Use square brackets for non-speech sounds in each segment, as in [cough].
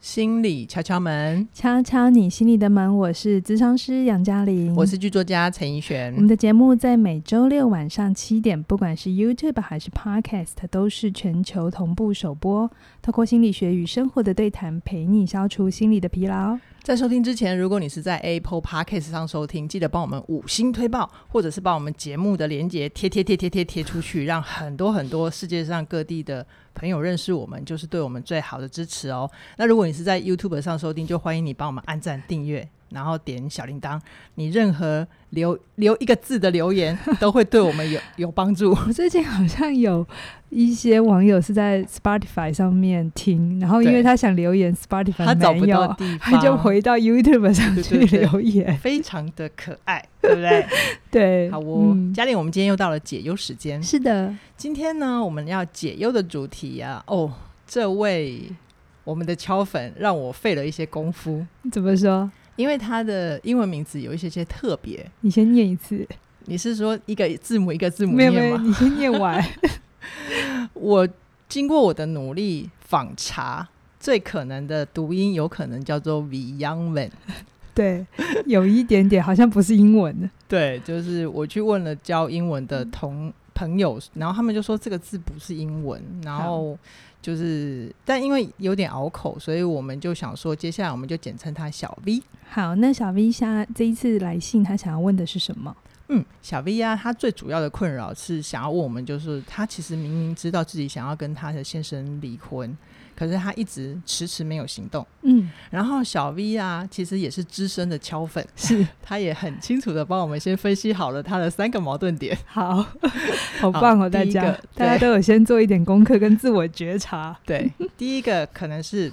心理敲敲门，敲敲你心里的门，我是咨商师杨嘉玲，我是剧作家陈怡璇我。们的节目在每周六晚上七点，不管是 YouTube 还是 Podcast，都是全球同步首播。透过心理学与生活的对谈，陪你消除心理的疲 [laughs] 劳。在收听之前，如果你是在 Apple Podcast 上收听，记得帮我们五星推爆，或者是把我们节目的连接贴贴贴贴贴贴出去，让很多很多世界上各地的朋友认识我们，就是对我们最好的支持哦。那如果你是在 YouTube 上收听，就欢迎你帮我们按赞、订阅，然后点小铃铛。你任何留留一个字的留言，都会对我们有有帮 [laughs] 助。我最近好像有一些网友是在 Spotify 上面听，然后因为对他想留言 Spotify 他找不没有到地方，他就回到 YouTube 上去对对对留言。非常的可爱，对不对？对，好哦，嗯嘉玲，我们今天又到了解忧时间。是的，今天呢，我们要解忧的主题啊，哦，这位我们的敲粉让我费了一些功夫，怎么说？因为他的英文名字有一些些特别。你先念一次，你是说一个字母一个字母没有没念有，吗？你先念完。 [laughs] 我经过我的努力访查，最可能的读音有可能叫做 Vianwen。对，有一点点，好像不是英文的。对，就是我去问了教英文的同朋友，然后他们就说这个字不是英文，然后就是但因为有点拗口，所以我们就想说，接下来我们就简称它小 V。好，那小 V 下这一次来信，他想要问的是什么？嗯，小 V 啊，他最主要的困扰是想要问我们，就是他其实明明知道自己想要跟他的先生离婚，可是他一直迟迟没有行动。嗯，然后小 V 啊，其实也是资深的敲粉， [laughs] 是他也很清楚的帮我们先分析好了他的三个矛盾点。好， [laughs] 好棒哦，第大一家个，大家对都有先做一点功课跟自我觉察。 [laughs] 对，第一个可能是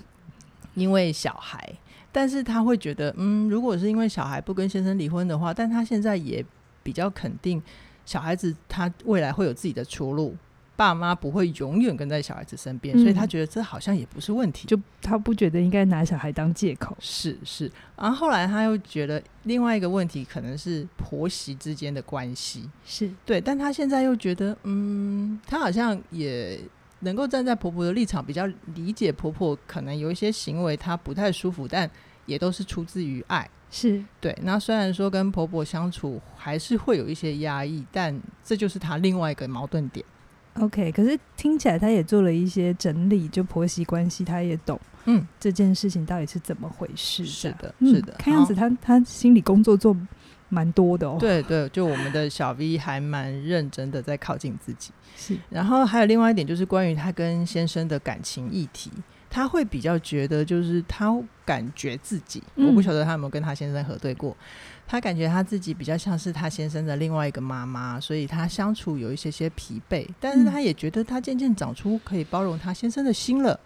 因为小孩，但是他会觉得，嗯，如果是因为小孩不跟先生离婚的话，但他现在也比较肯定，小孩子他未来会有自己的出路，爸妈不会永远跟在小孩子身边，所以他嗯觉得这好像也不是问题。就他不觉得应该拿小孩当借口，是是，然后后来他又觉得另外一个问题可能是婆媳之间的关系，是对，但他现在又觉得，嗯，他好像也能够站在婆婆的立场，比较理解婆婆可能有一些行为她不太舒服，但也都是出自于爱。是，对，那虽然说跟婆婆相处还是会有一些压抑，但这就是她另外一个矛盾点。 OK，可是听起来他也做了一些整理，就婆媳关系他也懂，嗯，这件事情到底是怎么回事的？是的嗯是的看样子他他心理工作做蛮多的哦。，对对，就我们的小 V 还蛮认真的在靠近自己。是然后还有另外一点就是关于她跟先生的感情议题，她会比较觉得就是她感觉自己，嗯我不晓得她有没有跟她先生核对过，她感觉她自己比较像是她先生的另外一个妈妈，所以她相处有一些些疲惫，但是嗯她也觉得她渐渐长出可以包容她先生的心了，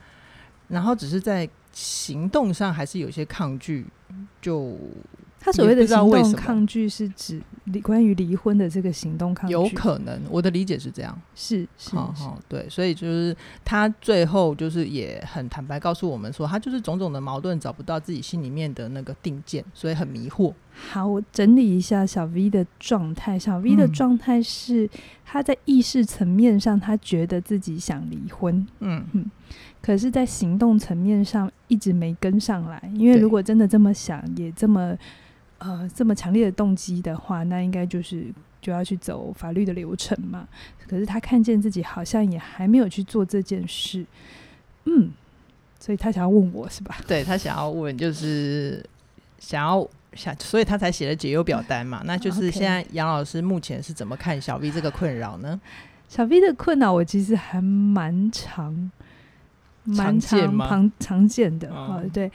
然后只是在行动上还是有些抗拒，就他所谓也的不知行道为什动么抗拒是指离关于离婚的这个行动抗拒，有可能我的理解是这样。是是好是好、对，所以就是他最后就是也很坦白告诉我们说，他就是种种的矛盾找不到自己心里面的那个定见，所以很迷惑。好，我整理一下小 V 的状态。小 V 的嗯状态是他在意识层面上，他觉得自己想离婚，嗯，可是，在行动层面上一直没跟上来。因为对如果真的这么想，也这么呃这么强烈的动机的话，那应该就是就要去走法律的流程嘛。可是他看见自己好像也还没有去做这件事，嗯，所以他想要问我是吧？对他想要问就是想要想，所以他才写了解忧表单嘛。那就是 OK 现在杨老师目前是怎么看小 V 这个困扰呢？小 V 的困扰，我其实还蛮常、常蛮见常吗常常见的哦哈、对，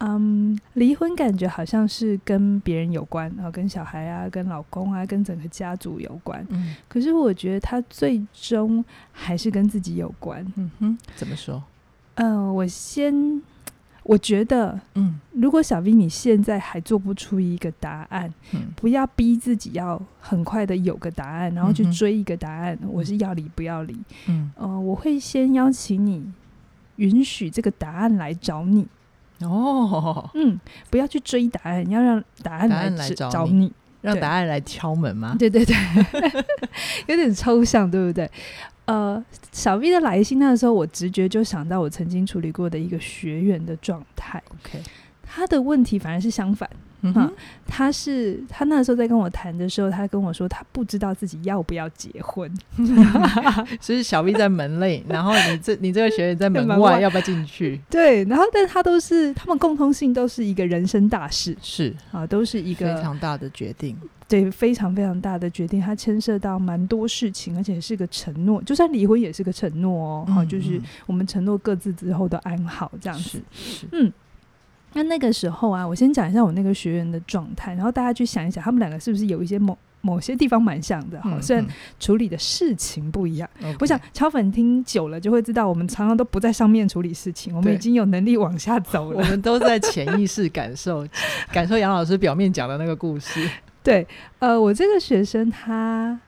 嗯，离婚感觉好像是跟别人有关，然、后跟小孩啊、跟老公啊、跟整个家族有关。嗯可是我觉得他最终还是跟自己有关。嗯哼，怎么说？呃，我先，我觉得嗯如果小 V 你现在还做不出一个答案，嗯不要逼自己要很快的有个答案，然后去嗯哼追一个答案。我是要离不要离，嗯，呃，我会先邀请你允许这个答案来找你，哦，嗯，不要去追答案，要让答案答来案来指找找你啊你。让对 [laughs] 答案来敲门吗？对对对，有点抽象，对不对？呃，小 V 的来信那时候，我直觉就想到我曾经处理过的一个学员的状态。 OK，他的问题反而是相反， [laughs] 嗯哼，他是他那时候在跟我谈的时候，他跟我说他不知道自己要不要结婚， [laughs] 所以小 V 在门内，然后你这你这个学员在门在门外，外要不要进去？对，然后但他都是他们共通性都是一个人生大事是啊，都是一非个常大的决定，对非常非常大的决定，它牵涉到蛮多事情，而且是个承诺，就算离婚也是个承诺哦，哈、嗯就是嗯我们承诺各自之后都安好这样子是。嗯是那那个时候啊，我先讲一下我那个学员的状态，然后大家去想一想，他们两个是不是有一些某某些地方蛮像的哈、嗯虽然处理的事情不一样。嗯 OK 我想超粉听久了就会知道，我们常常都不在上面处理事情，我们对已经有能力往下 [laughs] 走嗯我了。们都在潜意识感受 [laughs] 感受杨老师表面讲的那个故事，对，呃，我这个学生他，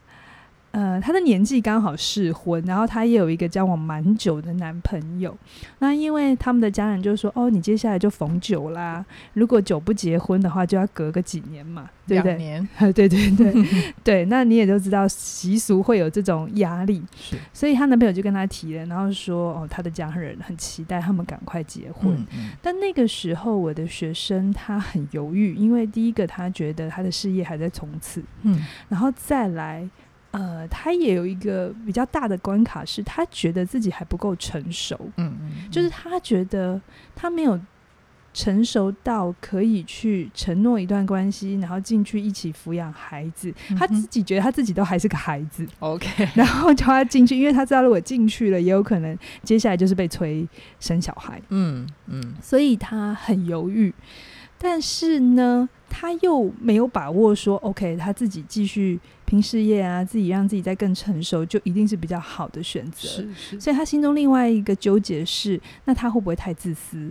呃，他的年纪刚好适婚，然后他也有一个交往蛮久的男朋友。那因为他们的家人就说，哦，你接下来就逢九啦，如果九不结婚的话，就要隔个几年嘛， [laughs] 对不两对？年 [laughs] 对对 [laughs] 对对，那你也都知道习俗会有这种压力，是所以她男朋友就跟她提了，然后说，哦，她的家人很期待他们赶快结婚。嗯嗯但那个时候，我的学生他很犹豫，因为第一个他觉得他的事业还在冲刺，嗯然后再来，呃，他也有一个比较大的关卡是，他觉得自己还不够成熟，嗯嗯，就是他觉得他没有成熟到可以去承诺一段关系，然后进去一起抚养孩子，他嗯哼自己觉得他自己都还是个孩 [laughs] 子， OK，然后叫他进去，因为他知道如果进去了，也有可能接下来就是被催生小孩。嗯嗯所以他很犹豫。但是呢，他又没有把握说，OK，他自己继续拼事业啊，自己让自己再更成熟，就一定是比较好的选择。是是所以他心中另外一个纠结是，那他会不会太自私？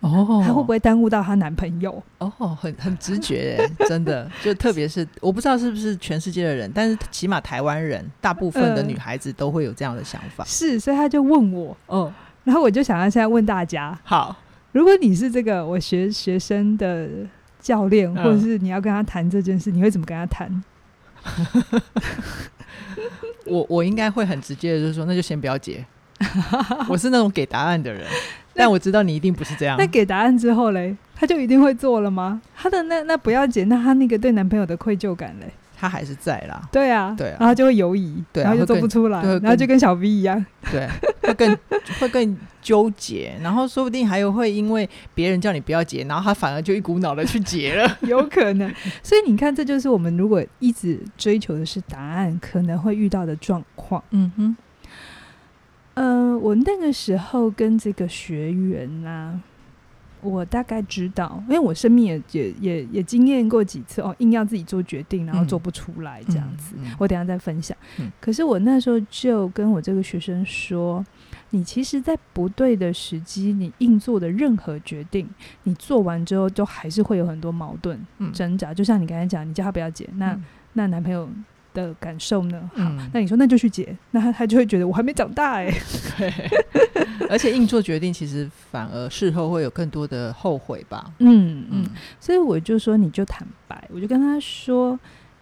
哦，他会不会耽误到她男朋友？哦，很很直觉耶，真的，就特别是我不知道是不是全世界的人，但是起码台湾人大部分的嗯女孩子都会有这样的想法。是，所以他就问我，哦，然后我就想要现在问大家，好，如果你是这个我学学生的教练，嗯或者是你要跟他谈这件事，你会怎么跟他谈？我我应该会很直接的，就是说那就先不要结。 [laughs] 我是那种给答案的人，但我知道你一定不是这样。那给答案之后嘞，他就一定会做了吗？他的那那不要紧，那他那个对男朋友的愧疚感嘞？他还是在 [laughs] 啦，对啊，对啊然后就会犹疑，对啊然后就做会不更出来，对会然后就跟小 V 一样， [laughs] 对，会更会更纠结，然后说不定还有会因为别人叫你不要结，然后他反而就一股脑的去结了。有可能。所以你看，这就是我们如果一直追求的是答案，可能会遇到的状况。嗯哼，嗯、我那个时候跟这个学员啊。我大概知道，因为我生命也也也也经验过几次哦，硬要自己做决定，然后嗯做不出来这样子。嗯嗯我等一下再分享。嗯可是我那时候就跟我这个学生说，你其实，在不对的时机，你硬做的任何决定，你做完之后，都还是会有很多矛盾、嗯挣扎。就像你刚才讲，你叫他不要结，那、嗯那男朋友的感受呢？好，嗯那你说那就去结，那他他就会觉得我还没长大哎、对， [laughs] 而且硬做决定，其实反而事后会有更多的后悔吧。嗯嗯嗯，所以我就说你就坦白，我就跟他说，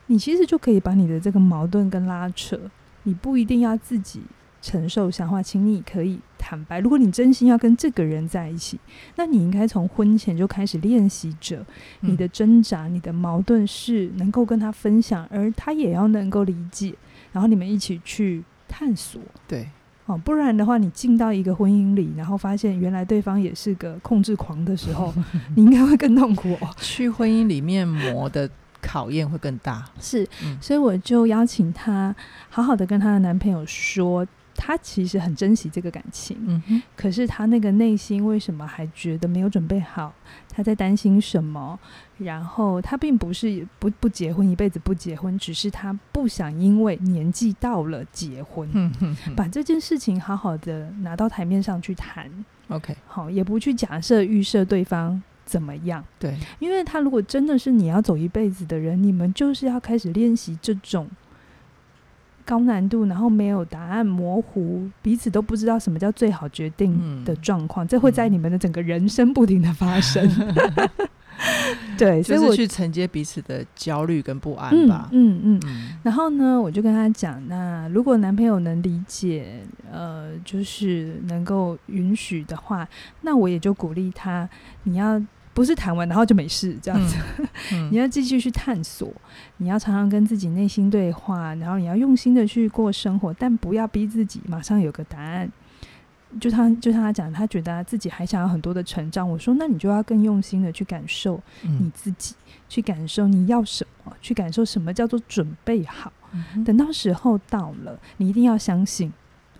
你其实就可以把你的这个矛盾跟拉扯，你不一定要自己承受想法，请你可以坦白。如果你真心要跟这个人在一起，那你应该从婚前就开始练习着你的挣扎、你的矛盾是能够跟他分享，而他也要能够理解，然后你们一起去探索。对，哦，不然的话，你进到一个婚姻里，然后发现原来对方也是个控制狂的时 [laughs] 候，你应该会更痛苦、哦。去婚姻里面磨的考验会更大。是，嗯所以我就邀请她好好的跟她的男朋友说，她其实很珍惜这个感情，嗯哼，可是她那个内心为什么还觉得没有准备好？她在担心什么？然后她并不是不不结婚，一辈子不结婚，只是她不想因为年纪到了结婚。嗯哼 [laughs] 哼把这件事情好好的拿到台面上去谈， ，OK，好，也不去假设预设对方怎么样。对，因为他如果真的是你要走一辈子的人，你们就是要开始练习这种高难度，然后没有答案、模糊，彼此都不知道什么叫嗯 [laughs] 最好决定的状况，这会在你们的整个人生不停的发生。 [laughs] 对，所就以是我去承接彼此的焦虑跟不安嗯吧。嗯嗯。嗯然后呢，我就跟他讲，那如果男朋友能理解，呃，就是能够允许的话，那我也就鼓励他，你要不是谈完然后就没事这样子，嗯 [laughs] 你要继续去探索，你要常常跟自己内心对话，然后你要用心的去过生活，但不要逼自己马上有个答案。就他就像他讲，他觉得自己还想要很多的成长。我说，那你就要更用心的去感受你嗯自己，去感受你要什么，去感受什么叫做准备好。嗯等到时候到了，你一定要相信。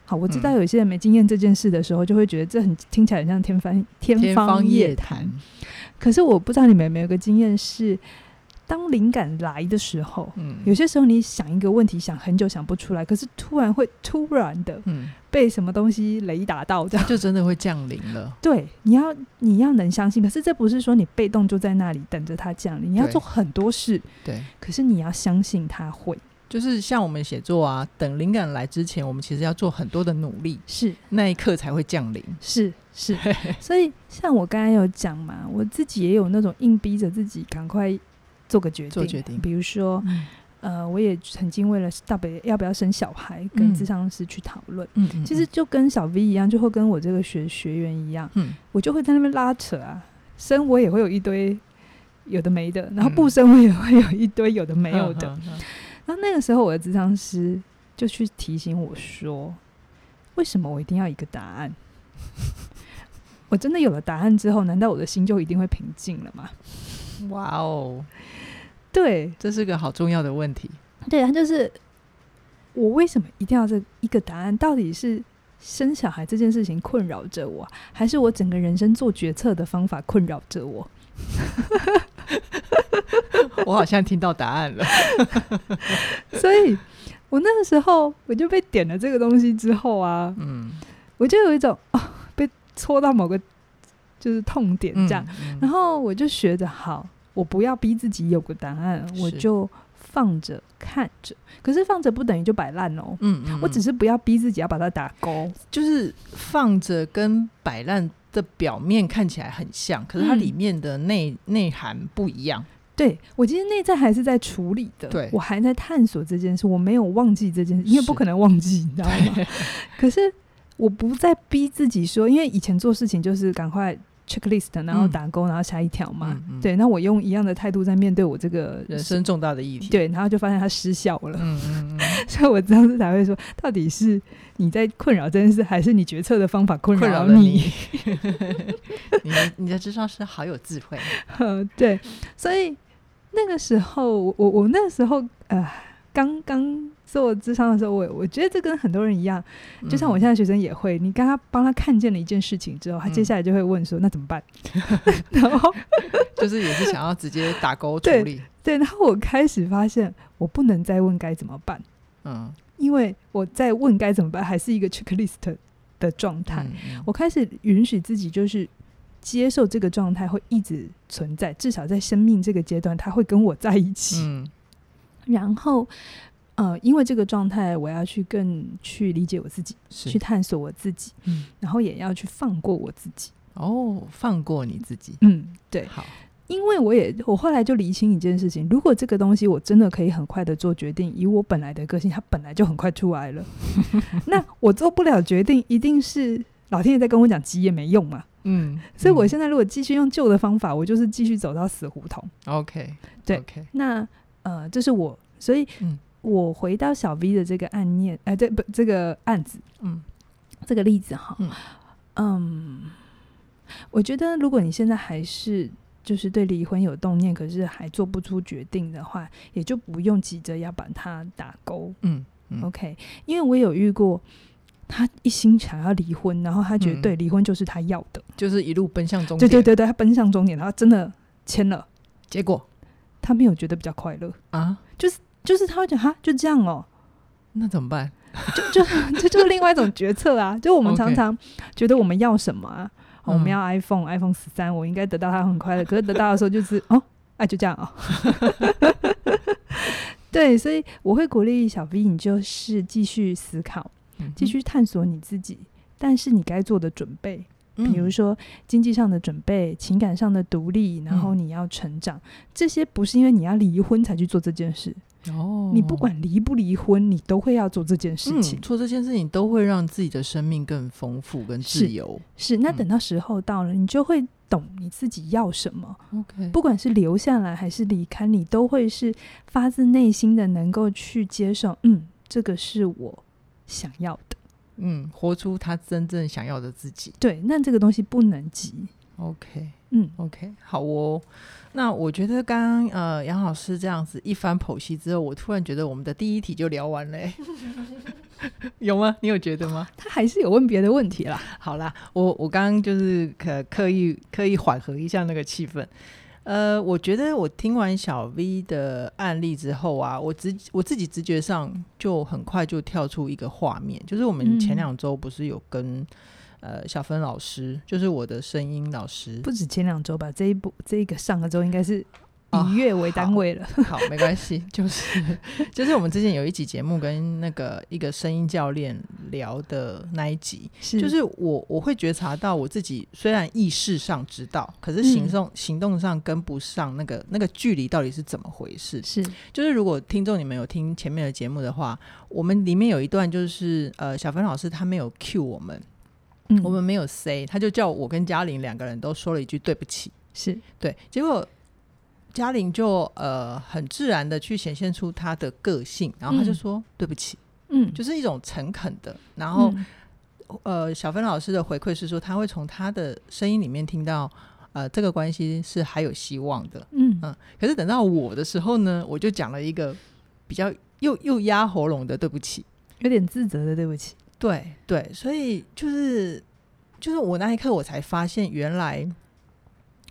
好，我知道嗯有些人没经验这件事的时候，就会觉得这很听起来很像天方天方方夜夜谭谭。，可是我不知道你们有没有个经验是，当灵感来的时候，嗯有些时候你想一个问题想很久想不出来，可是突然会突然的嗯，被什么东西雷打 [laughs] 到，这样就真的会降临了。对，你要你要能相信。可是这不是说你被动就在那里等着它降临，你要对做很多事，对，可是你要相信它会就是像我们写作啊，等灵感来之前，我们其实要做很多的努力，是那一刻才会降临。是 [laughs] 是，所以像我刚才有讲嘛，我自己也有那种硬逼着自己赶快做个决定，做决定比如说，嗯呃，我也曾经为了到底要不要生小孩，跟嗯智商师去讨论。嗯其实就跟小 V 一样，就会跟我这个学学员一样，嗯，我就会在那边拉扯啊，生我也会有一堆有的没的，然后嗯不生我也会有一堆有的没有的。嗯，嗯嗯然后那个时候我的智商师就去提醒我说，为什么我一定要一个答案？ [laughs] 我真的有了答案之后，难道我的心就一定会平静了吗？嗯哇哦，对这是个好重要的问题。对，他就是我为什么一定要这一个答案？到底是生小孩这件事情困扰着我，还是我整个人生做决策的方法困扰着 [laughs] 我？我好像听到答案了。所以我那个时候我就被点了这个东西之后啊，嗯，我就有一种哦被戳到某个就是痛点这样，嗯，然后我就学着好，我不要逼自己有个答案，我是就放着看着。可是放着不等于就摆烂哦，嗯，嗯我只是不要逼自己要把它打勾。就是放着跟摆烂的表面看起来很像，可是它嗯里面的内、内涵不一样。对我其实内在还是在处理的，对我还在探索这件事，我没有忘记这件事，因为是不可能忘记，你知道吗？可是我不再逼自己说，因为以前做事情就是赶快 checklist，然后嗯打勾，然后下一条嘛。嗯嗯对，那我用一样的态度在面对我这个人生重大的议题。对，然后就发现它失效了。嗯嗯嗯，所以我这样子才会说，到底是你在困扰这件事，还是你决策的方法困困扰扰了 [laughs] 你。你的你的智商是好有智慧，呃， [laughs] 对，所以那个时候，我我我那时候呃，刚刚做智商的时候，我我觉得这跟很多人一样，嗯就像我现在学生也会，你刚刚帮他看见了一件事情之后，他接嗯下来就会问说，那怎 [laughs] 么办？然后在就是也是想要直接打勾处对理。对，然后我开始发现，我不能再问该怎么办，嗯，因为我在问该怎么办，还是一个 checklist 的状态。嗯嗯我开始允许自己就是接受这个状态会一直存在，至少在生命这个阶段，它会跟我在一起。嗯然后，呃，因为这个状态，我要去更去理解我自己，去是探索我自己，嗯然后也要去放过我自己。哦，放过你自己。嗯，对，好，因为我也我后来就理清一件事情：如果这个东西我真的可以很快的做决定，以我本来的个性，它本来就很快 [laughs] 出来了。那我做不了决定，一定是老天爷在跟我讲急也没用嘛。嗯，所以我嗯现在如果继续用旧的方法，我就是继续走到死胡同。 OK，对 OK，那呃，这是我，所以嗯我回到小 V 的这个案念，哎、这不这个案子，嗯这个例子哈，嗯嗯我觉得如果你现在还是就是对离婚有动念，可是还做不出决定的话，也就不用急着要把它打勾。嗯嗯 OK，因为我有遇过。他一心想要离婚，然后他觉得嗯对离婚就是他要的，就是一路奔向终对点。对，对对，他奔向终点，然后真的签了，结果他没有觉得比较快乐，啊，就是他会讲哈，就这样哦，那怎么办？就 [laughs] 这就是另外一种决策啊。就我们 OK 常常觉得我们要什么啊，哦我嗯们要 iPhone，iPhone 十三，我应该得到它很快乐，可是得到的时候就是哦，哎就这样哦。 [laughs] 对，所以我会鼓励小 V，你就是继续思考，嗯哼继续探索你自己，但是你该做的准备比嗯如说经济上的准备、情感上的独立，然嗯后你要成长，这些不是因为你要离婚才去做这件事，哦，你不管离不离婚，你都会要做这件事情嗯、。做这件事情，都会让自己的生命更丰富、跟自是由。是，那嗯等到时候到了，你就会懂你自己要什么。 OK，不管是留下来还是离开，你都会是发自内心的能够去接受，嗯，这个是我想要的。嗯，活出他真正想要的自己。对，那这个东西不能急。 OK，嗯， OK，好哦。那我觉得刚刚呃杨老师这样子一番剖析之后，我突然觉得我们的第一题就聊完了欸、 [laughs] 有吗？你有觉得吗？他还是有问别的问题啦。好啦，我我刚刚就是可刻意刻意缓和一下那个气氛。呃，我觉得我听完小 V 的案例之后啊，我直我自己直觉上就很快就跳出一个画面，就是我们嗯前两周不是有跟、呃小芬老师，就是我的声音老师，不止前两周吧，这一部这一个上个周应该是哦以月为单位了。 [laughs] 好，没关系，就是就是我们之前有一集节目跟那个一个声音教练聊的那一集，是就是我我会觉察到我自己虽然意识上知道，可是嗯行动、行动上跟不上那个那个距离到底是怎么回事？是就是如果听众你们有听前面的节目的话，我们里面有一段就是呃小芬老师他没有 cue 我们，嗯我们没有 say，他就叫我跟嘉玲两个人都说了一句对不起。是对，结果嘉玲就呃很自然的去显现出她的个性，然后她就嗯说、对不起，嗯，就是一种诚恳的。然后、嗯呃，小芬老师的回馈是说，他会从她的声音里面听到，呃，这个关系是还有希望的。嗯嗯，可是等到我的时候呢，我就讲了一个比较又又压喉咙的对不起。有点自责的，对不起。对对，所以就是就是我那一刻我才发现，原来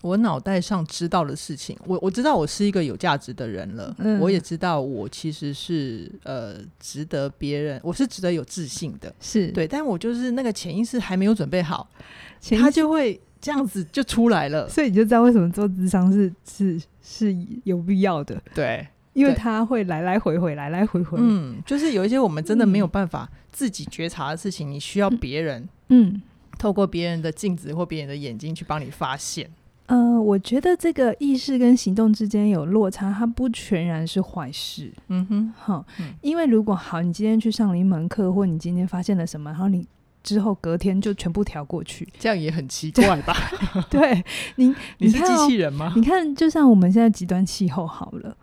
我脑袋上知道的事情，我我知道我是一个有价值的人了，嗯我也知道我其实是呃值得别人，我是值得有自信的，是对，但我就是那个潜意识还没有准备好，前一他就会这样子就出来了，所以你就知道为什么做智商是是是有必要的，对，因为对他会来来回回，来来回回。嗯，就是有一些我们真的没有办法自己觉察的事情，你需要别人嗯透过别人的镜子或别人的眼睛去帮你发现，呃，我觉得这个意识跟行动之间有落差，它不全然是坏事。嗯哼，哈嗯，，因为如果好，你今天去上了一门课，或你今天发现了什么，然后你之后隔天就全部调过 [laughs] 去这样也很奇怪吧？对 [laughs] 你，你是看机哦器人吗？你看，就像我们现在极端气候好了，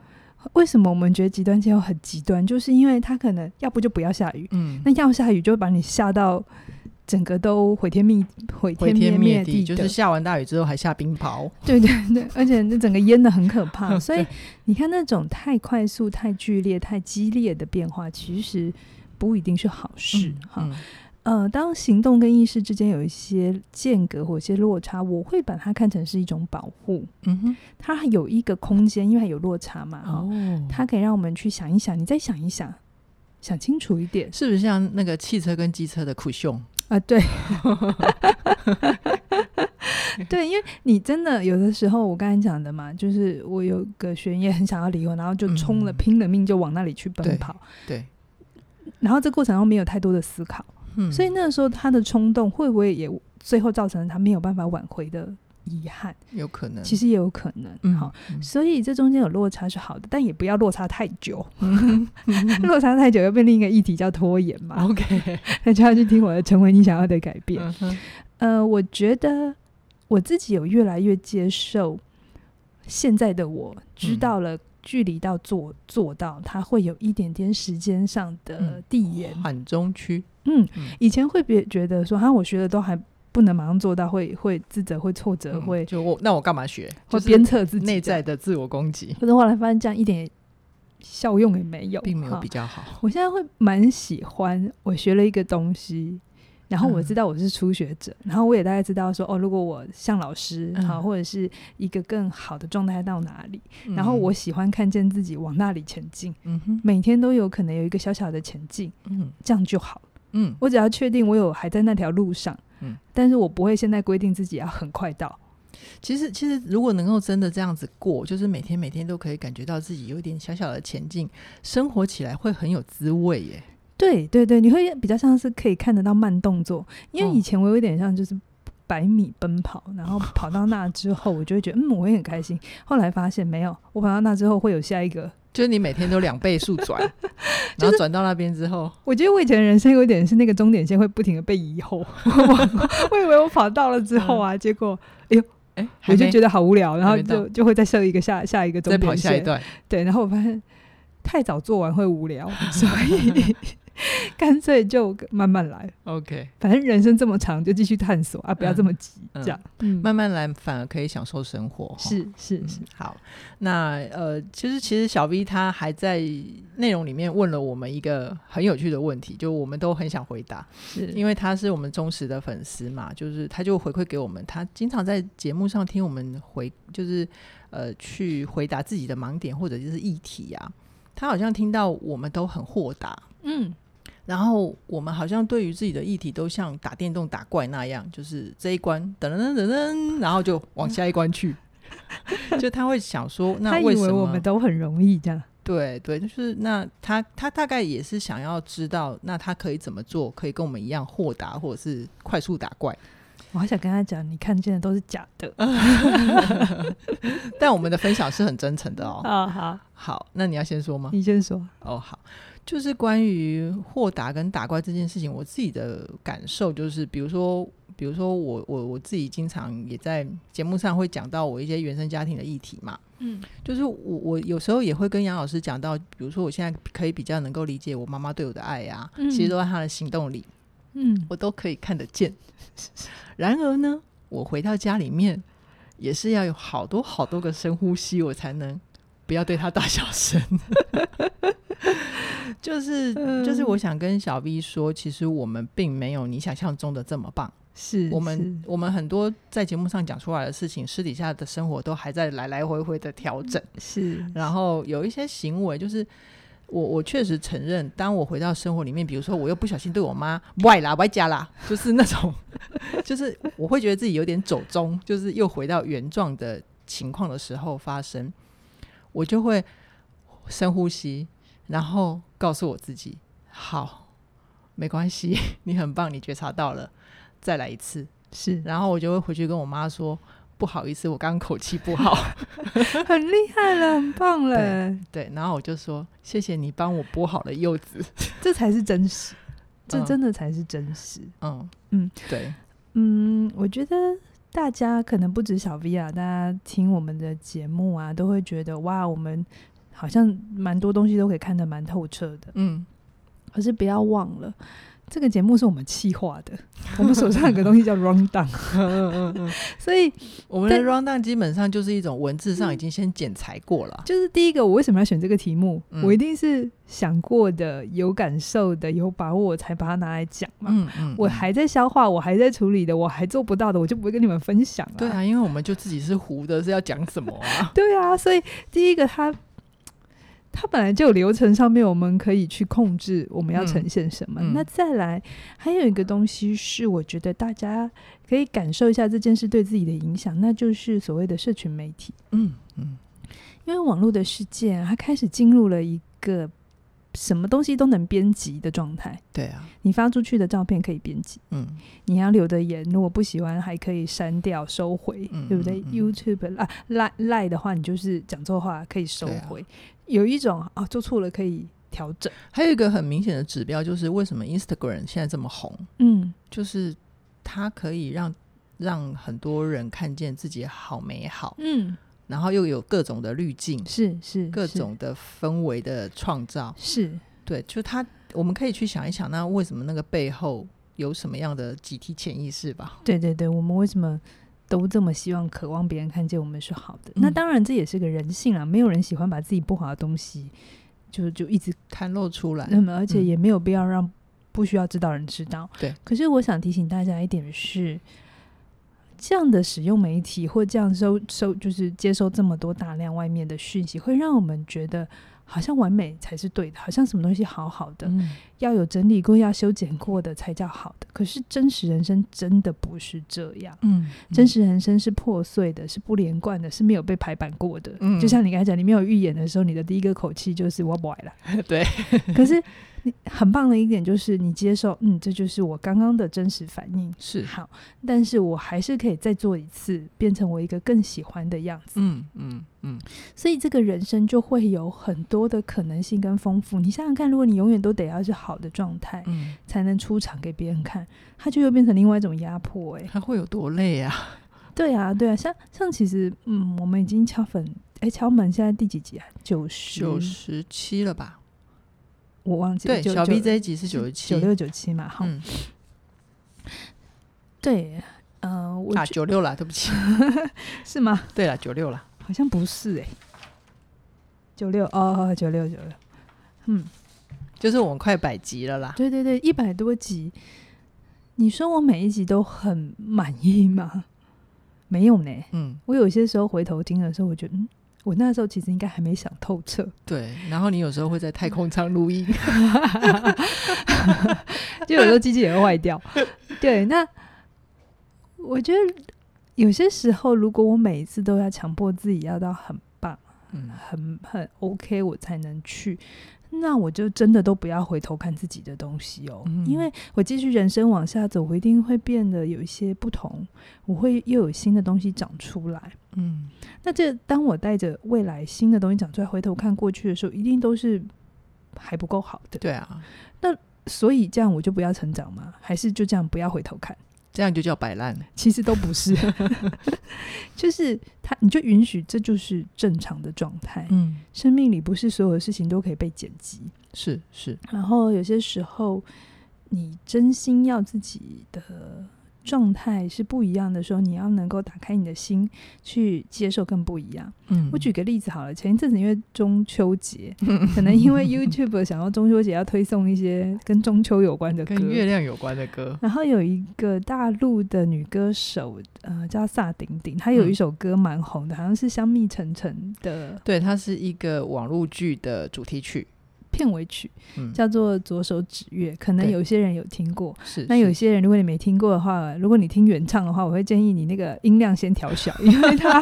为什么我们觉得极端气候很极端？就是因为它可能要不就不要下雨，嗯那要下雨就会把你吓到整个都毁天灭毁回灭天灭地地，就的是下完大雨之后还下冰雹，对对对， [laughs] 而且那整个淹的很可 [laughs] 怕，所以你看那种太快速、太剧烈、太激烈的变化，其实不一定是好事嗯哈。呃，当行动跟意识之间有一些间隔或有一些落差，我会把它看成是一种保护，嗯哼，它有一个空间，因为它有落差嘛，哈、哦它可以让我们去想一想，你再想一想，想清楚一点是不是像那个汽车跟机车的苦凶？啊，对， [laughs] 对，因为你真的有的时候，我刚才讲的嘛，就是我有个学员也很想要离婚，然后就冲嗯了、拼了命就往那里去奔跑，对，然后这过程中没有太多的思考，嗯所以那个时候他的冲动会不会也最后造成他没有办法挽回的遗憾？有可能，其实也有可能，嗯好。，嗯所以这中间有落差是好的，但也不要落差太久。 [laughs] 嗯落差太久又变另一个议题叫拖延哦嘛， ，OK，那就要去听我的《成为你想要的改变》。嗯哼呃，我觉得我自己有越来越接受现在的我，知嗯道了距离到做做到，它会有一点点时间上的嗯递延。缓中区，嗯，嗯以前会别觉得说，哈、我学的都还不能马上做到，会会自责，会挫折，嗯会就我那我干嘛学？就会是鞭策自己内这样在。的自我攻击，可是后来发现这样一点效用也没有，并没有哈比较好。我现在会蛮喜欢，我学了一个东西，然后我嗯知道我是初学者，然后我也大概知道说，哦，如果我像老师嗯好，或者是一个更好的状态到哪里，嗯然后我，喜欢看见自己往那里前进，嗯哼，每天都有可能有一个小小的前进，嗯这样就好了。嗯我只要确定我有还在那条路上，嗯但是我不会现在规定自己要很快到，其实，其实如果能够真的这样子过，就是每天每天都可以感觉到自己有一点小小的前进，生活起来会很有滋味耶。对对对，你会比较像是可以看得到慢动作，因为哦以前我有点像就是百米奔跑，然后跑到那之后，我就会觉得嗯，我会很开心。后来发现没有，我跑到那之后会有下一个。就是你每天都两倍速 [laughs] 转，然后转到那边之后，我觉得我以前的人生有点是那个终点线会不停的被移后， [laughs] 我我以为我跑到了之后啊，结果哎、我嗯还就没觉得好无聊，然后还没到就就会再设一个下下一个终再跑点下一线。段，对，然后我发现太早做完会无 [laughs] 聊，所以 [laughs] 干脆就慢慢来。 OK，反正人生这么长，就继续探索啊，不要这么急，嗯这样。嗯，慢慢来反而可以享受生活。哈是是嗯是，好，那呃，其实其实小 V 他还在内容里面问了我们一个很有趣的问题，就我们都很想回答，是因为他是我们忠实的粉丝嘛，就是他就回馈给我们，他经常在节目上听我们回，就是呃去回答自己的盲点或者就是议题啊，他好像听到我们都很豁达，嗯，然后我们好像对于自己的议题都像打电动打怪那样，就是这一关噔噔噔噔噔，然后就往下一关 [laughs] 去。就他会想说，那他以为什为么？我们都很容易这样。对对，就是那他他大概也是想要知道，那他可以怎么做，可以跟我们一样豁达，或者是快速打怪。我好想跟他讲，你看见的都是假的哦但我们的分享是很真诚的哦。啊！好，好，那你要先说吗？你先说。哦，好，就是关于豁达跟打怪这件事情，我自己的感受就是，比如说，比如说我我我自己经常也在节目上会讲到我一些原生家庭的议题嘛，嗯就是我我有时候也会跟杨老师讲到，比如说我现在可以比较能够理解我妈妈对我的爱呀、啊，嗯其实都在她的行动里，嗯，我都可以看得见。 [laughs] 然而呢，我回到家里面，也是要有好多好多个深呼吸，我才能不要对他大小声。 [laughs] 就是就是，我想跟小 V 说，其实我们并没有你想象中的这么棒。是我们我们很多在节目上讲出来的事情，私底下的生活都还在来来回回的调整。是是然后有一些行为，就是我我确实承认，当我回到生活里面，比如说我又不小心对我妈歪啦歪家啦，就是那种， [laughs] 就是我会觉得自己有点走中，就是又回到原状的情况的时候发生，我就会深呼吸，然后告诉我自己，好，没关系， [laughs] 你很棒，你觉察到了，再来一次。 [laughs] 是然后我就会回去跟我妈说。不好意思，我刚刚口气不好。很厉害了，很棒了，对，然后我就说谢谢你帮我剥好了柚子。这才是真实，这嗯真的才是真实。嗯嗯，对，嗯，我觉得大家可能不止小 V 啊，大家听我们的节目啊，都会觉得哇，我们好像蛮多东西都可以看得蛮透彻的。嗯，可是不要忘了，这个节目是我们企划的，我们手上有个东西叫 round down，所以我们的但嗯 round down 基本上就是一种文字上已经先剪裁过了。就是第一个，我为什么要选这个题目？嗯我一定是想过的、有感受的、有把握才把它拿来讲嘛。嗯嗯，我嗯还在消化，我还在处理的，我还做不到的，我就不会跟你们分享了、？对啊，因为我们就自己是糊的，是要讲什么啊 [laughs] 对啊，所以第一个它它本来就有流程上面，我们可以去控制我们要呈现什么。嗯嗯那再来还有一个东西是，我觉得大家可以感受一下这件事对自己的影响，那就是所谓的社群媒体。嗯嗯因为网络的世界、啊，它开始进入了一个什么东西都能编辑的状态。对啊，你发出去的照片可以编辑，嗯你要留的言，如果不喜欢还可以删掉、收回，嗯对不对嗯嗯？YouTube 啊，赖赖的话，你就是讲错话可以收对啊回。有一种啊，做错了可以调整。还有一个很明显的指标就是为什么 Instagram 现在这么红，嗯，就是它可以让让很多人看见自己好美好，嗯，然后又有各种的滤镜。是是，各是种的氛围的创造，是对，就他，我们可以去想一想，那为什么那个背后有什么样的集体潜意识吧？对对对，我们为什么都这么希望、渴望别人看见我们是好的？那嗯当然，这也是个人性啊，没有人喜欢把自己不好的东西就就一直袒露出来，那么，而且嗯也没有必要让不需要知道的人知道。对。可是我想提醒大家一点是，这样的使用媒体或这样收收，就是接收这么多大量外面的讯息，会让我们觉得好像完美才是对的，好像什么东西好好的，嗯要有整理过、要修剪过的才叫好的。可是真实人生真的不是这样。嗯，真实人生是破碎的，是不连贯的，是没有被排版过的。嗯就像你刚才讲，你没有预演的时候，你的第一个口气就是“我不来了”，对，可是你很棒的一点就是你接受，嗯，这就是我刚刚的真实反应，是好，但是我还是可以再做一次，变成我一个更喜欢的样子。嗯嗯嗯，所以这个人生就会有很多的可能性跟丰富。你想想看，如果你永远都得要是好的状态嗯，才能出场给别人看，它就又变成另外一种压迫、 [laughs] 欸。他会有多累啊？对啊，对啊，像像其实，嗯，我们已经敲粉，哎，敲门现在第几集啊？九十，九十七了吧？我忘记了。对，就小就 B 这一集是九十七九，六九七嘛，好，嗯，对，呃，我啊，觉九六了，对不起，是吗？对了，九六了，好像不是哎、九六哦，九六九六，嗯，就是我们快百集了啦。对对对，一百多集，你说我每一集都很满意吗？ [laughs] 没有呢，嗯，我有些时候回头听的时候，我觉得，嗯，我那时候其实应该还没想透彻， [laughs] 对。然后你有时候会在太空舱录音，就有时候机器也会坏 [laughs] 掉。对，那我觉得有些时候，如果我每一次都要强迫自己要到很棒、嗯，很很 OK，我才能去。那我就真的都不要回头看自己的东西哦，嗯因为我继续人生往下走，我一定会变得有一些不同，我会又有新的东西长出来。嗯，那这当我带着未来新的东西长出来，回头看过去的时候，一定都是还不够好的。对啊，所以这样我就不要成长吗？还是就这样不要回头看？这样就叫摆烂。其实都不是， [laughs] 就是他，你就允许这就是正常的状态。嗯，生命里不是所有的事情都可以被剪辑，是是，然后有些时候你真心要自己的状态是不一样的时候，你要能够打开你的心去接受更不一样。嗯我举个例子好了，前一阵子因为中 [laughs] 秋节，可能因为 YouTube 想要中秋节要推送一些跟中秋有关的歌，跟月亮有关的歌，然后有一个大陆的女歌手，呃，叫萨顶顶，她有一嗯首歌蛮红的，好像是《香蜜沉沉》的对，它是一个网络剧的主题曲。片尾曲，嗯，叫做《左手指月》，可能对有些人有听过。是那有是些人，如果你没听过的话，如果你听原唱的话，我会建议你那个音量先调小， [laughs] 因为它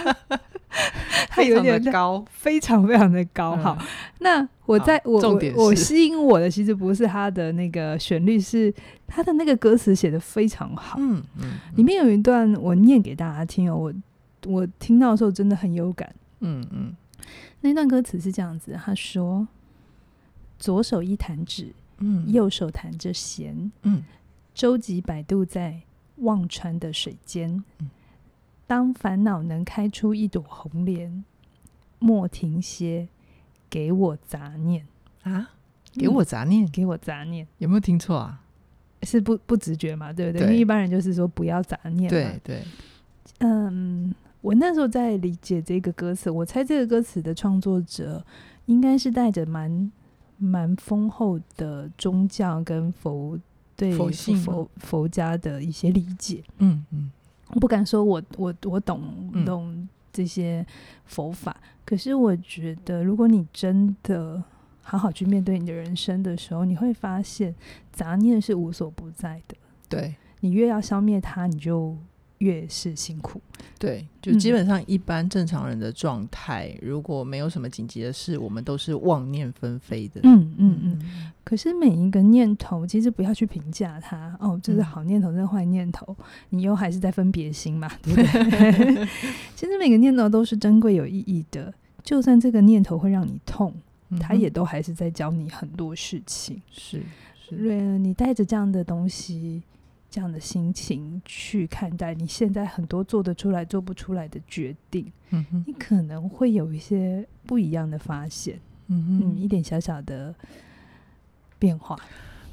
它非有常点的高，非常非常的高。嗯好，那我好在我重我点我是吸引我的其实不是它的那个旋律，是它的那个歌词写的非常好。嗯嗯，里面有一段我念给大家听哦，我我听到的时候真的很有感。嗯嗯那段歌词是这样子，他说：“左手一弹指，嗯右手弹着弦，嗯舟楫摆渡在忘川的水间嗯。当烦恼能开出一朵红莲，莫停歇，给我杂念，啊，给我嗯杂念，给我杂念。”有没有听错啊？是不不直觉嘛，对不对？对因为一般人就是说不要杂念嘛。对对，嗯，我那时候在理解这个歌词，我猜这个歌词的创作者应该是带着蛮蛮丰厚的宗教跟佛对佛性吗佛佛家的一些理解。嗯嗯我不敢说我我我懂嗯懂这些佛法，可是我觉得，如果你真的好好去面对你的人生的时候，你会发现杂念是无所不在的。对你越要消灭它，你就越是辛苦。对，就基嗯本上一般正常人的状态，如果没有什么紧急的事，我们都是妄念纷飞的。嗯嗯嗯。可是每一个念头，其实不要去评价它。哦，这是嗯好念头，这是坏念头，你又还是在分别 [laughs] 心嘛，对不 [laughs] 对？其实每个念头都是珍贵有意义的，就算这个念头会让你痛，嗯它也都还是在教你很多事情。是是，对，啊你带着这样的东西。这样的心情去看待你现在很多做得出来、做不出来的决定，嗯哼你可能会有一些不一样的发现，嗯嗯，一哼，点小小的变化。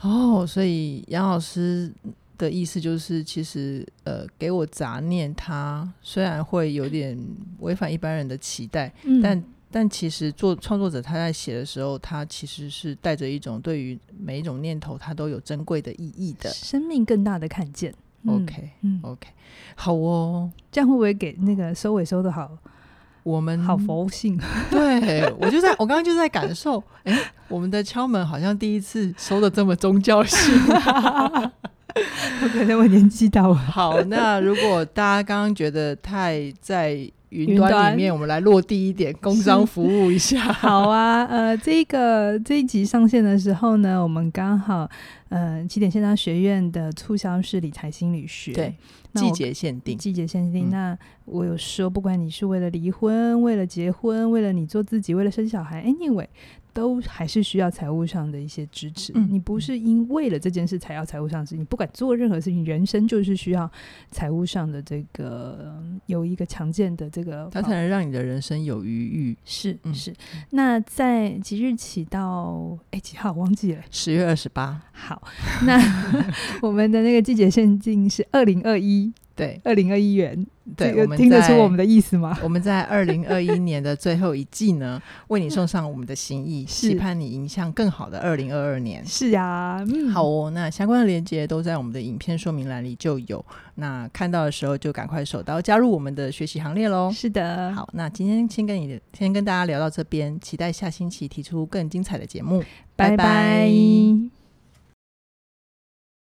哦，所以杨老师。的意思就是，其实呃，给我杂念，它虽然会有点违反一般人的期待，嗯但但其实做创作者他在写的时候，他其实是带着一种对于每一种念头，他都有珍贵的意义的。生命更大的看见。嗯 OK 嗯， OK，好哦，这样会不会给那个收尾收的好我们好佛性？啊对我就在我刚刚就在感受，哎，我们的敲门好像第一次收的这么宗教性。可能 [laughs] 我年纪到了， [laughs] 好，那如果大家刚刚觉得太在云云端端里面，我们来落地一点，工商服务一 [laughs] 下。好啊，呃，这个这一集上线的时候呢，我们刚好，呃，起点线上学院的促销是理财心理 [laughs] 学，对，那我季节限定，季节限嗯定。那我有说，不管你是为了离婚、为了结婚、为了你做自己、为了生小孩，anyway，都还是需要财务上的一些支持。嗯你不是因为了这件事才要财务上的支持，你不管做任何事情，人生就是需要财务上的这个嗯有一个强健的这个它保才能让你的人生有余裕。是嗯是，那在即日起到哎几号忘记了？十月二十八， [laughs] 好，那我们的那个季节限定是二零二一对二零二一元，对，这我个们听得在出我们的意思吗？ [laughs] 我们在二零二一年的最后一季 [laughs] 呢，为你送上我们的心意，是期盼你迎向更好的二零二二年。是啊，嗯，好哦，那相关的链接都在我们的影片说明栏里就有，那看到的时候就赶快手刀加入我们的学习行列喽。是的，，哦好，那今天先跟你先跟大家聊到这边，期待下星期提出更精彩的节目。拜拜拜拜